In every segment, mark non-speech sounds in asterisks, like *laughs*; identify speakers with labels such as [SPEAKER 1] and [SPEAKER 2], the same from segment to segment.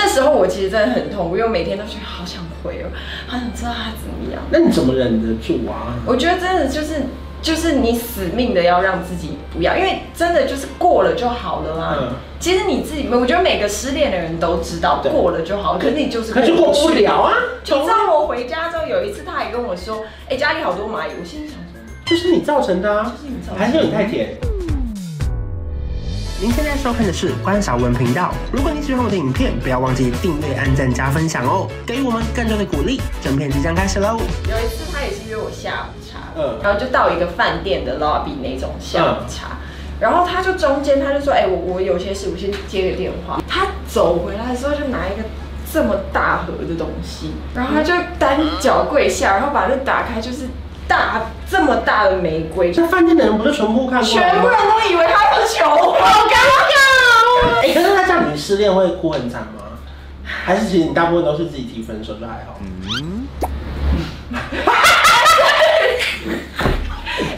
[SPEAKER 1] 我其实真的很痛苦，因为我每天都觉得好想回哦，好想知道他怎么样。
[SPEAKER 2] 那你怎么忍得住啊？
[SPEAKER 1] 我觉得真的就是就是你死命的要让自己不要，因为真的就是过了就好了啊。
[SPEAKER 2] 嗯
[SPEAKER 1] 其实你自己，我觉得每个失恋的人都知道
[SPEAKER 2] 对
[SPEAKER 1] 过了就好，可是你就是
[SPEAKER 2] 可是过不
[SPEAKER 1] 去
[SPEAKER 2] 了啊，
[SPEAKER 1] 就知道我回家之后，有一次他也跟我说：“哎、家里好多蚂蚁。”我心里想说
[SPEAKER 2] 就是你造成的啊
[SPEAKER 1] 就是你造成，的
[SPEAKER 2] 还是你太甜。您现在收看的是关少文频道。如果你喜欢我的影片，不要忘记订阅、按赞、加分享哦，给予我们更多的鼓励。整片即将开始喽！
[SPEAKER 1] 有一次他也是约我下午茶，
[SPEAKER 2] 嗯
[SPEAKER 1] 然后就到一个饭店的 lobby 那种下午茶，然后他就中间他就说：“哎、我我有些事，我先接个电话。”他走回来的时候就拿一个。这么大盒的东西，然后他就单脚跪下，然后把那打开，就是大这么大的玫瑰，
[SPEAKER 2] 这饭店的人不是全部看过啊来
[SPEAKER 1] 全部
[SPEAKER 2] 吗？
[SPEAKER 1] 人都以为他要求婚，好尴尬哦。
[SPEAKER 2] 哎、可是他这样，你失恋会哭很惨吗？还是其实你大部分都是自己提分手就还好？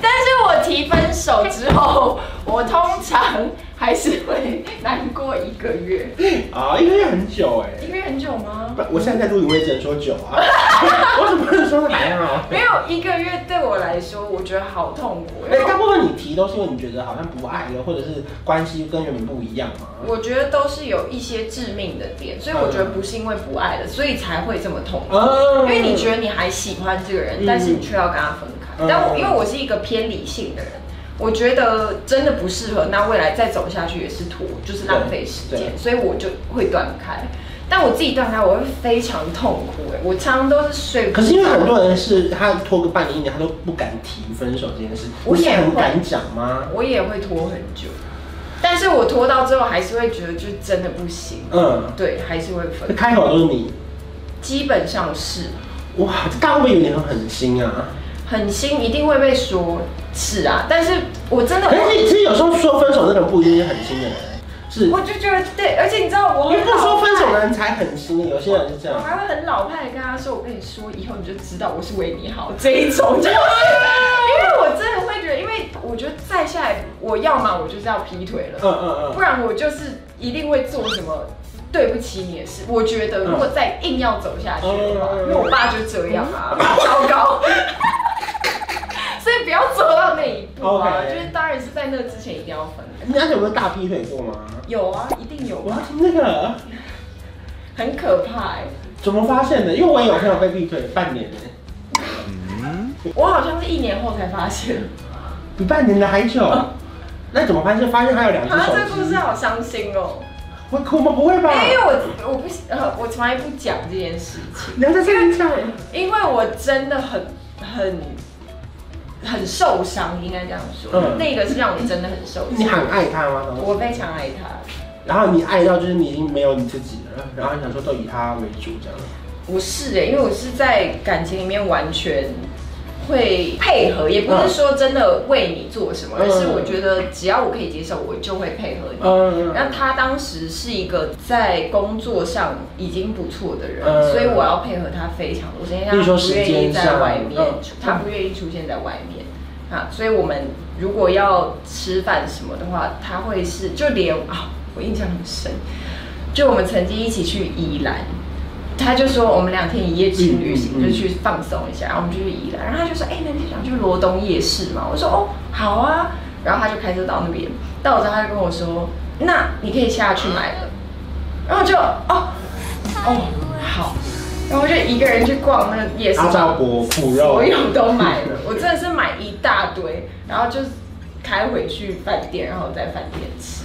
[SPEAKER 1] 但是我提分手之后，我通常还是会难过一个月。
[SPEAKER 2] 啊，因为很久哎、
[SPEAKER 1] 一个月很久吗？
[SPEAKER 2] 不，我现在在录影，我也只能说久啊， *laughs* 我怎么能说还好？
[SPEAKER 1] 没有，一个月对我来说，我觉得好痛苦。因
[SPEAKER 2] 哎，大
[SPEAKER 1] 为
[SPEAKER 2] 部分你提都是因为你觉得好像不爱了，或者是关系跟原本不一样嘛。
[SPEAKER 1] 我觉得都是有一些致命的点，所以我觉得不是因为不爱了，所以才会这么痛苦。
[SPEAKER 2] 嗯
[SPEAKER 1] 因为你觉得你还喜欢这个人，
[SPEAKER 2] 嗯
[SPEAKER 1] 但是你却要跟他分开。
[SPEAKER 2] 嗯
[SPEAKER 1] 但我因为我是一个偏理性的人，我觉得真的不适合，那未来再走下去也是徒，就是浪费时间，
[SPEAKER 2] 对
[SPEAKER 1] 所以我就会断开。但我自己断开，我会非常痛苦、哎，我常常都是睡不着。
[SPEAKER 2] 可是因为很多人是他拖个半年一年，他都不敢提分手这件事，
[SPEAKER 1] 我
[SPEAKER 2] 你是
[SPEAKER 1] 也
[SPEAKER 2] 很
[SPEAKER 1] 会
[SPEAKER 2] 敢讲吗？
[SPEAKER 1] 我也会拖很久，但是我拖到最后还是会觉得就真的不行，
[SPEAKER 2] 嗯，
[SPEAKER 1] 对，还是会分。
[SPEAKER 2] 开口都是你，
[SPEAKER 1] 基本上是
[SPEAKER 2] 哇，大家会不会有点很狠心啊？
[SPEAKER 1] 狠心，一定会被说是啊，但是我真的
[SPEAKER 2] 可，是其实有时候说分手的人不一定是狠心的人，是
[SPEAKER 1] 我就觉得对，而且你知道我
[SPEAKER 2] 因为
[SPEAKER 1] 很
[SPEAKER 2] 不说
[SPEAKER 1] 老
[SPEAKER 2] 分手
[SPEAKER 1] 派
[SPEAKER 2] 的人才狠心，有些人是这
[SPEAKER 1] 我
[SPEAKER 2] 样。
[SPEAKER 1] 还会很老派的跟他说，我跟你说，以后你就知道我是为你好 *laughs* 这一种，
[SPEAKER 2] *laughs*
[SPEAKER 1] 就是因为我真的会觉得，因为我觉得再下来，我要么我就是要劈腿了，
[SPEAKER 2] 嗯嗯
[SPEAKER 1] 不然我就是一定会做什么对不起你的事。我觉得如果再硬要走下去的话，
[SPEAKER 2] 嗯
[SPEAKER 1] 因为我爸就这样啊， *laughs* 糟糕。所以不要走到那一步啊
[SPEAKER 2] OK
[SPEAKER 1] 就是当然是在那之前一定要分。
[SPEAKER 2] 嗯，你那有没有大劈腿过吗？
[SPEAKER 1] 有啊，一定有
[SPEAKER 2] 我要
[SPEAKER 1] 啊，
[SPEAKER 2] 听这个，
[SPEAKER 1] 很可怕、欸。
[SPEAKER 2] 怎么发现的？因为我也有朋友被劈腿半年呢，
[SPEAKER 1] 我好像是一年后才发
[SPEAKER 2] *laughs*
[SPEAKER 1] 现。
[SPEAKER 2] 比半年的还久。那怎么发现？发现他有两只
[SPEAKER 1] 啊，这
[SPEAKER 2] 手
[SPEAKER 1] 故事
[SPEAKER 2] 机。
[SPEAKER 1] 好伤心哦、
[SPEAKER 2] 会哭吗？不会吧？
[SPEAKER 1] 因为我我不喜呃，我从来不讲这件事情，
[SPEAKER 2] 你要在这里讲。
[SPEAKER 1] 因为我真的很很很受伤，应该这样说。
[SPEAKER 2] 嗯
[SPEAKER 1] 那个是让我真的很受
[SPEAKER 2] 你
[SPEAKER 1] 伤，
[SPEAKER 2] 很爱他吗？
[SPEAKER 1] 我非常爱他。
[SPEAKER 2] 然后你爱到就是你已经没有你自己了，然后你想说都以他为主这样。
[SPEAKER 1] 不是哎、因为我是在感情里面完全会配合，也不是说真的为你做什么，
[SPEAKER 2] 嗯
[SPEAKER 1] 而是我觉得只要我可以接受，我就会配合你。
[SPEAKER 2] 嗯
[SPEAKER 1] 那他当时是一个在工作上已经不错的人，
[SPEAKER 2] 嗯
[SPEAKER 1] 所以我要配合他非常多。我今天他
[SPEAKER 2] 例如说
[SPEAKER 1] 不
[SPEAKER 2] 时
[SPEAKER 1] 愿意
[SPEAKER 2] 间
[SPEAKER 1] 在
[SPEAKER 2] 上
[SPEAKER 1] 外面
[SPEAKER 2] 嗯，
[SPEAKER 1] 他不愿意出现在外面啊，所以我们如果要吃饭什么的话，他会是就连啊，我印象很深，就我们曾经一起去宜兰。他就说我们两天一夜情旅行，
[SPEAKER 2] 嗯嗯嗯
[SPEAKER 1] 就去放松一下，然后我们就去宜兰。然后他就说：“哎、那你想去罗东夜市吗？”我说：“哦，好啊。”然后他就开车到那边，到了之后他就跟我说：“那你可以下去买了。”然后我就哦哦好，然后我就一个人去逛那个夜市，
[SPEAKER 2] 阿照伯腐肉，
[SPEAKER 1] 所有都买了，我真的是买一大堆，然后就是开回去饭店，然后在饭店吃。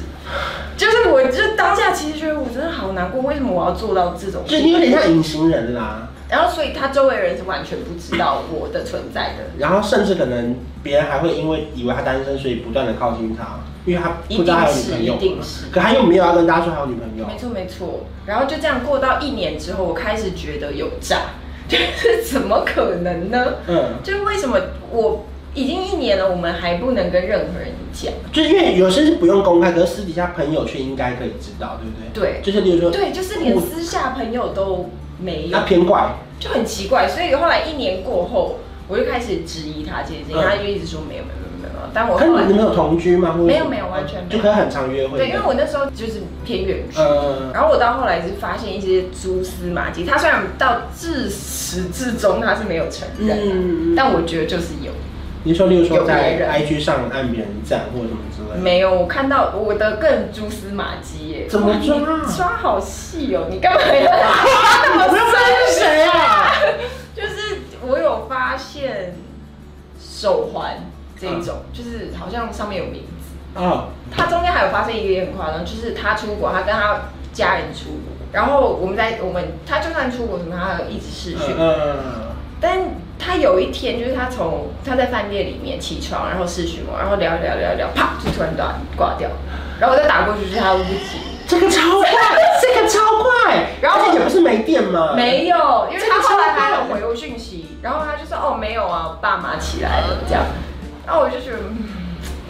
[SPEAKER 1] 就是我，就是当下其实觉得我真的好难过，为什么我要做到这种
[SPEAKER 2] 就
[SPEAKER 1] 事？
[SPEAKER 2] 你有点像隐形人啦。
[SPEAKER 1] 然后所以他周围的人是完全不知道我的存在的，
[SPEAKER 2] 然后甚至可能别人还会因为以为他单身，所以不断的靠近他，因为他不知道他有女朋友
[SPEAKER 1] 一定
[SPEAKER 2] 嘛
[SPEAKER 1] 是一定是，
[SPEAKER 2] 可他又没有要跟大家说他有女朋友。
[SPEAKER 1] 没错没错。然后就这样过到一年之后，我开始觉得有诈， *laughs* 就是怎么可能呢？
[SPEAKER 2] 嗯，
[SPEAKER 1] 就是为什么我已经一年了，我们还不能跟任何人讲？
[SPEAKER 2] 就是因为有些是不用公开，可是私底下朋友却应该可以知道，对不对？
[SPEAKER 1] 对
[SPEAKER 2] 就是例如说，
[SPEAKER 1] 对，就是连私下朋友都没有
[SPEAKER 2] 那。偏怪，
[SPEAKER 1] 就很奇怪，所以后来一年过后，我就开始质疑他这件事情，
[SPEAKER 2] 嗯
[SPEAKER 1] 他就一直说没有没有没有没没有，但我
[SPEAKER 2] 可是
[SPEAKER 1] 后
[SPEAKER 2] 你
[SPEAKER 1] 来
[SPEAKER 2] 你们有同居吗？或者哦
[SPEAKER 1] 没有没有完全没有
[SPEAKER 2] 就可以很常约会。
[SPEAKER 1] 对，因为我那时候就是偏远区，
[SPEAKER 2] 呃，
[SPEAKER 1] 然后我到后来是发现一些蛛丝马迹，他虽然到至始至终他是没有承认啊、
[SPEAKER 2] 嗯
[SPEAKER 1] 但我觉得就是有。
[SPEAKER 2] 你说，例如说
[SPEAKER 1] 有别
[SPEAKER 2] 在
[SPEAKER 1] 人
[SPEAKER 2] IG 上按别人赞或者什么之类的，
[SPEAKER 1] 没有，我看到我的更蛛丝马迹耶。
[SPEAKER 2] 怎么抓啊
[SPEAKER 1] 哇你抓好细哦，你干
[SPEAKER 2] *laughs*
[SPEAKER 1] 嘛要抓那
[SPEAKER 2] 不
[SPEAKER 1] 么
[SPEAKER 2] 要
[SPEAKER 1] 深？
[SPEAKER 2] 是谁啊？
[SPEAKER 1] 就是我有发现手环这一种，
[SPEAKER 2] 嗯
[SPEAKER 1] 就是好像上面有名字。
[SPEAKER 2] 哦，
[SPEAKER 1] 他中间还有发生一个也很夸张，就是他出国，他跟他家人出国，然后我们在我们他就算出国什么，他有一直视讯，
[SPEAKER 2] 嗯，
[SPEAKER 1] 但他有一天就是他从他在饭店里面起床，然后视讯我，然后聊一聊聊一聊，啪就突然挂挂掉，然后我再打过去就是他屋企，
[SPEAKER 2] 这个超快，这个超快，
[SPEAKER 1] 然后
[SPEAKER 2] 而且你不是没电吗？，
[SPEAKER 1] 没有，因为
[SPEAKER 2] 这
[SPEAKER 1] 他
[SPEAKER 2] 个
[SPEAKER 1] 后来
[SPEAKER 2] 超
[SPEAKER 1] 还有
[SPEAKER 2] 怪
[SPEAKER 1] 回我讯息，然后他就说哦没有啊，我爸妈起来了这样，然后我就觉得、嗯、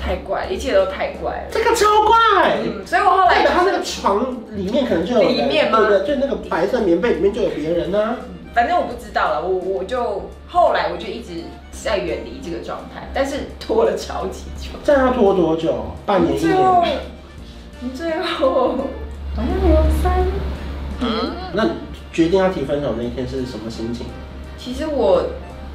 [SPEAKER 1] 太怪，一切都太怪了，
[SPEAKER 2] 这个超快。
[SPEAKER 1] 嗯，所以我后来
[SPEAKER 2] 代表他
[SPEAKER 1] 就是
[SPEAKER 2] 那个床里面可能就有人
[SPEAKER 1] 里面吗
[SPEAKER 2] 对对，就那个白色棉被里面就有别人啊呢、
[SPEAKER 1] 反正我不知道了，我我就后来我就一直在远离这个状态，但是拖了超级久，
[SPEAKER 2] 这样要拖多久？半年、一
[SPEAKER 1] 最后
[SPEAKER 2] 年？，
[SPEAKER 1] 最后好像有三年。
[SPEAKER 2] 那决定要提分手那一天是什么心情？
[SPEAKER 1] 其实我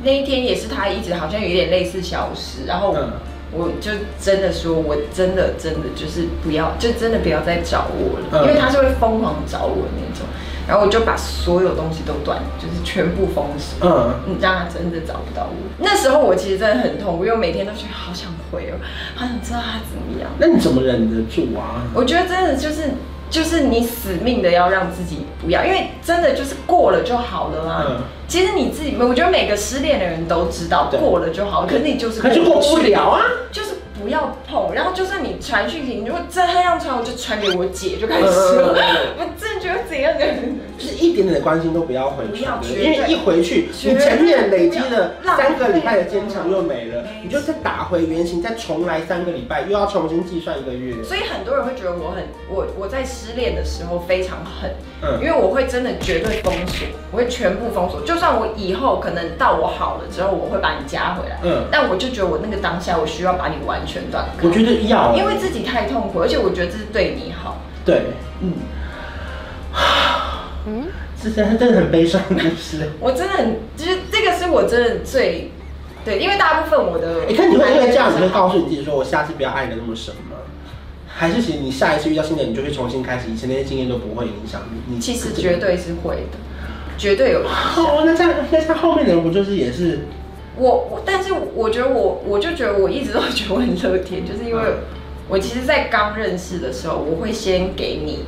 [SPEAKER 1] 那一天也是，他一直好像有点类似消失，然后
[SPEAKER 2] 嗯
[SPEAKER 1] 我就真的说，我真的真的就是不要，就真的不要再找我了，
[SPEAKER 2] 嗯
[SPEAKER 1] 因为他是会疯狂找我那种，然后我就把所有东西都断，就是全部封锁。
[SPEAKER 2] 嗯，
[SPEAKER 1] 你让他真的找不到我。那时候我其实真的很痛苦，因为我每天都觉得好想回哦，好想知道他怎么样。
[SPEAKER 2] 那你怎么忍得住啊？
[SPEAKER 1] 我觉得真的就是就是你死命的要让自己不要，因为真的就是过了就好了啊。
[SPEAKER 2] 嗯
[SPEAKER 1] 其实你自己，我觉得每个失恋的人都知道
[SPEAKER 2] 对
[SPEAKER 1] 过了就好，可是你就是
[SPEAKER 2] 可是过不
[SPEAKER 1] 去
[SPEAKER 2] 了啊。
[SPEAKER 1] 就是不要碰。然后就算你传讯息，你如果真的要传，我就传给我姐就开始了。
[SPEAKER 2] 嗯
[SPEAKER 1] 我真的觉得怎样怎样。
[SPEAKER 2] 就是一点点的关心都不要回
[SPEAKER 1] 不
[SPEAKER 2] 去
[SPEAKER 1] 要，
[SPEAKER 2] 对
[SPEAKER 1] 绝
[SPEAKER 2] 因为
[SPEAKER 1] 对
[SPEAKER 2] 一回去，
[SPEAKER 1] 绝
[SPEAKER 2] 你前面累积的
[SPEAKER 1] 不要浪费
[SPEAKER 2] 三个礼拜的坚强又没了
[SPEAKER 1] 没，
[SPEAKER 2] 你就再打回原形，再重来三个礼拜，又要重新计算一个月。
[SPEAKER 1] 所以很多人会觉得我很我我在失恋的时候非常狠，
[SPEAKER 2] 嗯
[SPEAKER 1] 因为我会真的绝对封锁，我会全部封锁，就算我以后可能到我好了之后，我会把你加回来，
[SPEAKER 2] 嗯
[SPEAKER 1] 但我就觉得我那个当下我需要把你完全断开，
[SPEAKER 2] 我觉得要，欸
[SPEAKER 1] 因为自己太痛苦，而且我觉得这是对你好，
[SPEAKER 2] 对，嗯， *sighs* 这真的真的很悲伤的故事。
[SPEAKER 1] 我真的很就是这个是我真的最对，因为大部分我的，
[SPEAKER 2] 哎你看你会因为这样，你会告诉你自己说，我下次不要爱的那么深吗？还是其实你下一次遇到新的人，你就会重新开始，以前那些经验都不会影响你。你
[SPEAKER 1] 嗯其实绝对是会的，绝对有影响。
[SPEAKER 2] 哦，那这样那这样后面的人不就是也是
[SPEAKER 1] 我我，但是我觉得我，我就觉得我一直都觉得我很乐天，就是因为
[SPEAKER 2] 嗯
[SPEAKER 1] 我其实，在刚认识的时候，我会先给你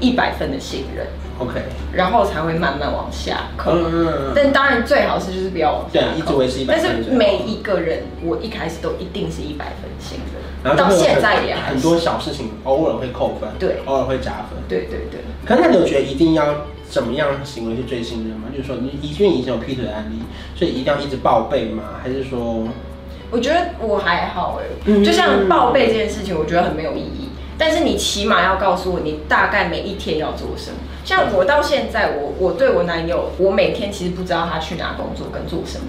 [SPEAKER 1] 一百分的信任，
[SPEAKER 2] OK？
[SPEAKER 1] 然后才会慢慢往下扣。
[SPEAKER 2] 嗯嗯嗯
[SPEAKER 1] 但当然最好是就是不要往下
[SPEAKER 2] 对
[SPEAKER 1] 扣，
[SPEAKER 2] 一直维持100分
[SPEAKER 1] 但是每一个人，我一开始都一定是一百分信
[SPEAKER 2] 然
[SPEAKER 1] 任，到
[SPEAKER 2] 后就会有
[SPEAKER 1] 现
[SPEAKER 2] 很
[SPEAKER 1] 在也还
[SPEAKER 2] 很
[SPEAKER 1] 是。
[SPEAKER 2] 多小事情，偶尔会扣分，
[SPEAKER 1] 对
[SPEAKER 2] 偶尔会加分。
[SPEAKER 1] 对对对，
[SPEAKER 2] 可是那你有觉得一定要怎么样行为是最信任吗？就是说你因为你以前有劈腿的案例，所以一定要一直报备吗？还是说
[SPEAKER 1] 我觉得我还好哎、
[SPEAKER 2] 嗯
[SPEAKER 1] 就像报备这件事情，我觉得很没有意义。但是你起码要告诉我，你大概每一天要做什么。像我到现在，我我对我男友，我每天其实不知道他去哪工作跟做什么，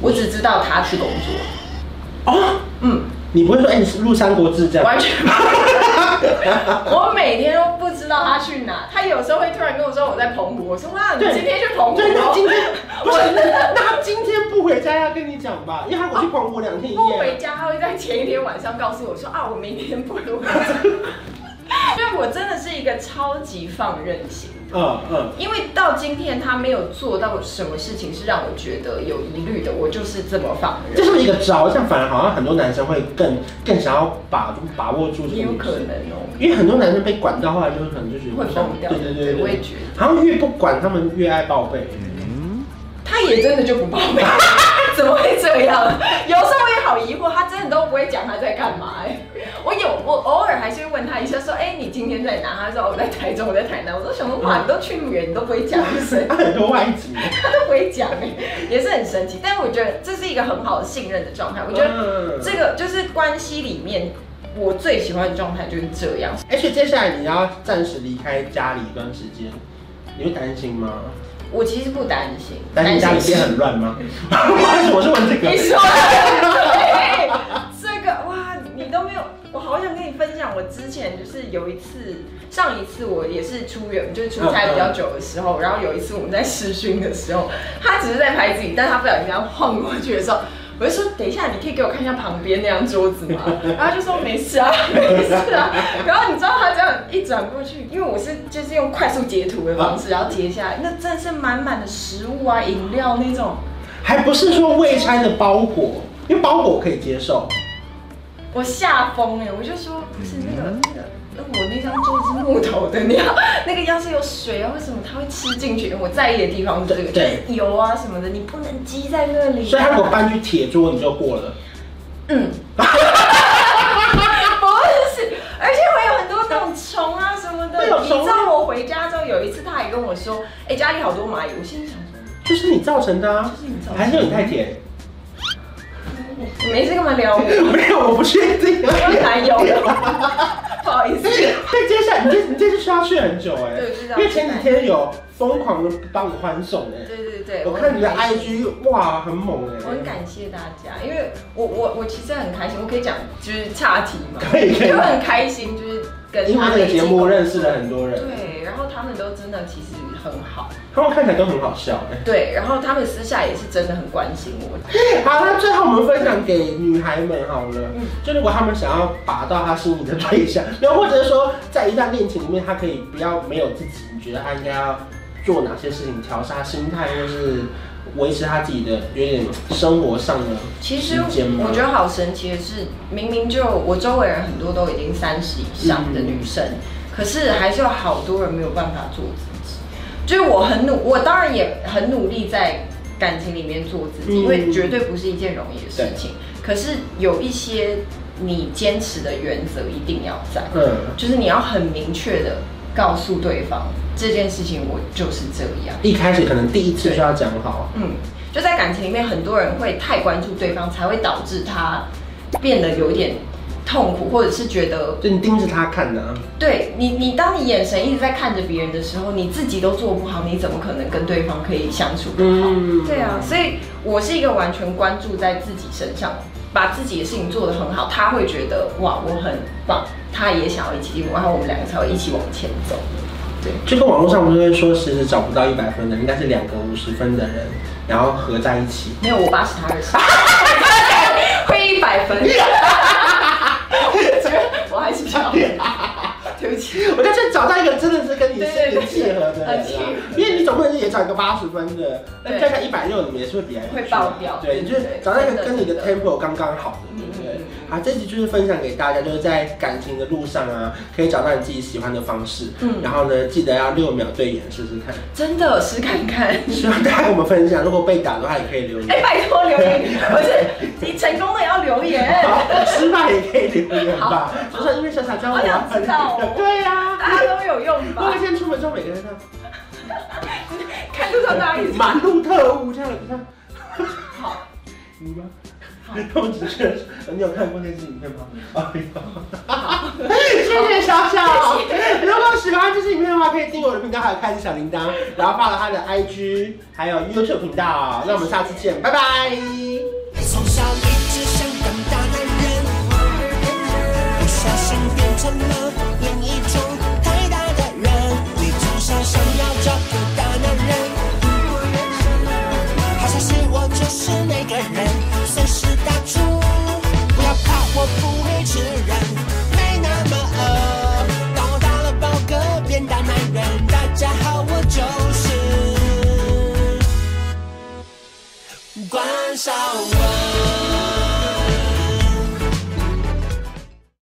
[SPEAKER 1] 我只知道他去工作，
[SPEAKER 2] 哦，
[SPEAKER 1] 嗯，
[SPEAKER 2] 你不会说哎、你是入三国志这样？
[SPEAKER 1] 完全不知 *laughs* 道。我每天都不知道他去哪。他有时候会突然跟我说我在澎湖，我说哇，你
[SPEAKER 2] 对
[SPEAKER 1] 今天去澎湖？
[SPEAKER 2] 对，那今天不
[SPEAKER 1] *laughs*
[SPEAKER 2] 是
[SPEAKER 1] 我真
[SPEAKER 2] 那
[SPEAKER 1] 的
[SPEAKER 2] 他今天不回家要跟你讲吧，因为他我去澎湖两天一
[SPEAKER 1] 哦不回
[SPEAKER 2] 夜。
[SPEAKER 1] 家，他会在前一天晚上告诉我说啊，我明天不会 *laughs* 回家。因为我真的是一个超级放任型，
[SPEAKER 2] 嗯嗯，
[SPEAKER 1] 因为到今天他没有做到什么事情是让我觉得有疑虑的，我就是这么放
[SPEAKER 2] 这
[SPEAKER 1] 任。
[SPEAKER 2] 是不是一个招，这样反而好像很多男生会更更想要把把握住这
[SPEAKER 1] 也
[SPEAKER 2] 个
[SPEAKER 1] 有
[SPEAKER 2] 女
[SPEAKER 1] 可
[SPEAKER 2] 生
[SPEAKER 1] 能。哦，
[SPEAKER 2] 因为很多男生被管到后来，就是可能就是
[SPEAKER 1] 会疯掉
[SPEAKER 2] 对对对对，
[SPEAKER 1] 我也觉得
[SPEAKER 2] 好像越不管他们越爱报备。
[SPEAKER 1] 他也真的就不报备， *laughs* 怎么会这样？有时候我也好疑惑，他真的都不会讲他在干嘛哎、我有我偶尔还是会问他一下，说哎、你今天在哪？他说哦我在台中，我在台南。我说什么话？你都去那么远，你都不会讲一声。
[SPEAKER 2] *laughs* 他很多外籍，
[SPEAKER 1] 他都不会讲哎、也是很神奇。但是我觉得这是一个很好的信任的状态。我觉得
[SPEAKER 2] 嗯
[SPEAKER 1] 这个就是关系里面我最喜欢的状态就是这样。
[SPEAKER 2] 而且接下来你要暂时离开家里一段时间，你会担心吗？
[SPEAKER 1] 我其实不担心，
[SPEAKER 2] 担心家里
[SPEAKER 1] 是 *laughs*
[SPEAKER 2] 变很乱吗？不好意思，我是问这
[SPEAKER 1] 你
[SPEAKER 2] 个。
[SPEAKER 1] 说的对，你都没有，我好想跟你分享，我之前就是有一次，上一次我也是出远，就是出差比较久的时候，然后有一次我们在试训的时候，他只是在拍自己，但他不小心这样晃过去的时候。我就说，等一下，你可以给我看一下旁边那张桌子吗？然后他就说没事啊，没事啊。然后你知道他这样一转过去，因为我是就是用快速截图的方式，然后截下来，那真的是满满的食物啊、饮料那种。
[SPEAKER 2] 还不是说未拆的包裹，因为包裹可以接受。
[SPEAKER 1] 我吓疯哎！我就说
[SPEAKER 2] 嗯
[SPEAKER 1] 不是那个那个，那我那张桌子是木头的，你要 *laughs* 那个要是有水啊，为什么它会吃进去？我在意的地方是这个，
[SPEAKER 2] 对
[SPEAKER 1] 就是油啊什么的，你不能积在那里、啊。
[SPEAKER 2] 所以他如果搬去铁桌，你就过了。 *laughs*
[SPEAKER 1] 嗯，不是，而且我有很多那种虫啊什么的。
[SPEAKER 2] 会有
[SPEAKER 1] 你
[SPEAKER 2] 虫
[SPEAKER 1] 知道我回家之后有一次，他还跟我说，哎、家里好多蚂蚁。我心里想说，
[SPEAKER 2] 就是你造成的啊
[SPEAKER 1] 就是你造成，的
[SPEAKER 2] 还是你太甜？ *laughs*
[SPEAKER 1] 你没事干嘛撩我？
[SPEAKER 2] 没有，我不确定。啊
[SPEAKER 1] 我有男
[SPEAKER 2] *laughs*
[SPEAKER 1] 友了，不好意思。
[SPEAKER 2] 对，接下来你这你这次需要去很久哎、
[SPEAKER 1] 对我知道
[SPEAKER 2] 因为前几天有疯狂的帮我欢送哎、
[SPEAKER 1] 对对对，
[SPEAKER 2] 我看你的
[SPEAKER 1] 很开心
[SPEAKER 2] IG 哇，很猛哎、
[SPEAKER 1] 我很感谢大家，因为我我我其实很开心，我可以讲就是岔题嘛，
[SPEAKER 2] 可以可以
[SPEAKER 1] 我很开心，就是跟
[SPEAKER 2] 因为
[SPEAKER 1] 他
[SPEAKER 2] 这
[SPEAKER 1] 们
[SPEAKER 2] 个
[SPEAKER 1] 一起
[SPEAKER 2] 节目认识了很多人，
[SPEAKER 1] 对，然后他们都真的其实很好，
[SPEAKER 2] 他们看起来都很好笑哎、
[SPEAKER 1] 对，然后他们私下也是真的很关心我，
[SPEAKER 2] 好，那最后我们分享给女孩们好了，
[SPEAKER 1] 嗯
[SPEAKER 2] 就如果她们想要把到她心仪的对象，然后或者说在一段恋情里面，她可以不要没有自己，你觉得她应该要做哪些事情，调试她心态，或是维持她自己的有点生活上的
[SPEAKER 1] 其实
[SPEAKER 2] 时间吗
[SPEAKER 1] 我觉得好神奇的是，明明就我周围人很多都已经三十以上的女生，
[SPEAKER 2] 嗯
[SPEAKER 1] 可是还是有好多人没有办法做自己。就是我很努，我当然也很努力在感情里面做自己，
[SPEAKER 2] 嗯
[SPEAKER 1] 因为绝对不是一件容易的事情。可是有一些你坚持的原则一定要在，
[SPEAKER 2] 嗯
[SPEAKER 1] 就是你要很明确的告诉对方这件事情，我就是这样。
[SPEAKER 2] 一开始可能第一次就要讲好，
[SPEAKER 1] 嗯，就在感情里面，很多人会太关注对方，才会导致他变得有一点痛苦，或者是觉得
[SPEAKER 2] 就你盯着她看呢、啊，
[SPEAKER 1] 对你，你当你眼神一直在看着别人的时候，你自己都做不好，你怎么可能跟对方可以相处得好？
[SPEAKER 2] 嗯
[SPEAKER 1] 对啊，所以我是一个完全关注在自己身上，把自己的事情做得很好，他会觉得哇我很棒，他也想要一起进步，然后我们两个才会一起往前走。
[SPEAKER 2] 就跟网络上不是会说，其实找不到一百分的人，应该是两个五十分的人，然后合在一起。
[SPEAKER 1] 没有，我八十，他二十，会一百 *laughs* 分。我觉得我还是比较好，对不起。
[SPEAKER 2] 我就是找到一个真的是跟你心灵契合的人
[SPEAKER 1] 对对对很契
[SPEAKER 2] 啊，
[SPEAKER 1] 合
[SPEAKER 2] 因为你总不能也找一个八十分的，那
[SPEAKER 1] 对
[SPEAKER 2] 看看一百六，你们也是会比来比去
[SPEAKER 1] 会爆掉
[SPEAKER 2] 啊对，
[SPEAKER 1] 对
[SPEAKER 2] 你就是
[SPEAKER 1] 对
[SPEAKER 2] 找到一个
[SPEAKER 1] 真的
[SPEAKER 2] 跟你的
[SPEAKER 1] 真的
[SPEAKER 2] tempo 刚刚好的，对不对
[SPEAKER 1] 嗯嗯？
[SPEAKER 2] 好，这集就是分享给大家，就是在感情的路上啊，可以找到你自己喜欢的方式，
[SPEAKER 1] 嗯
[SPEAKER 2] 然后呢，记得要六秒对眼试试看。
[SPEAKER 1] 真的是看看，
[SPEAKER 2] 希望大家跟我们分享，如果被打的话也可以留言。
[SPEAKER 1] 哎，拜托留言，不是你成功的也要留言，
[SPEAKER 2] 失败也可以留言吧，就是因为小傻娇，
[SPEAKER 1] 好想知道哦
[SPEAKER 2] 对
[SPEAKER 1] *laughs*
[SPEAKER 2] 呀、啊，
[SPEAKER 1] 大家都有用
[SPEAKER 2] 如果
[SPEAKER 1] 吧？
[SPEAKER 2] 现在出门之后每个人
[SPEAKER 1] *laughs* 看路上大家一
[SPEAKER 2] 都
[SPEAKER 1] 起
[SPEAKER 2] 满路特务这样，你看
[SPEAKER 1] 好，
[SPEAKER 2] 你吗？
[SPEAKER 1] 好
[SPEAKER 2] 他 *laughs* 们只是，你有看过那支影片吗？啊，有。谢谢小小。如果喜欢这支影片的话，可以订阅我的频道，还有开启小铃铛，然后 follow 他的 IG，还有 YouTube 频道。那我们下次见，拜拜。
[SPEAKER 3] 从小一直想当大男人，不小心变成了另一种太大的人。你从小想要找个大男人，好消息我就是那个人，随时打住，不要怕，我不会吃人，没那么饿。当我打了饱嗝变大男人，大家好，我就是关少文。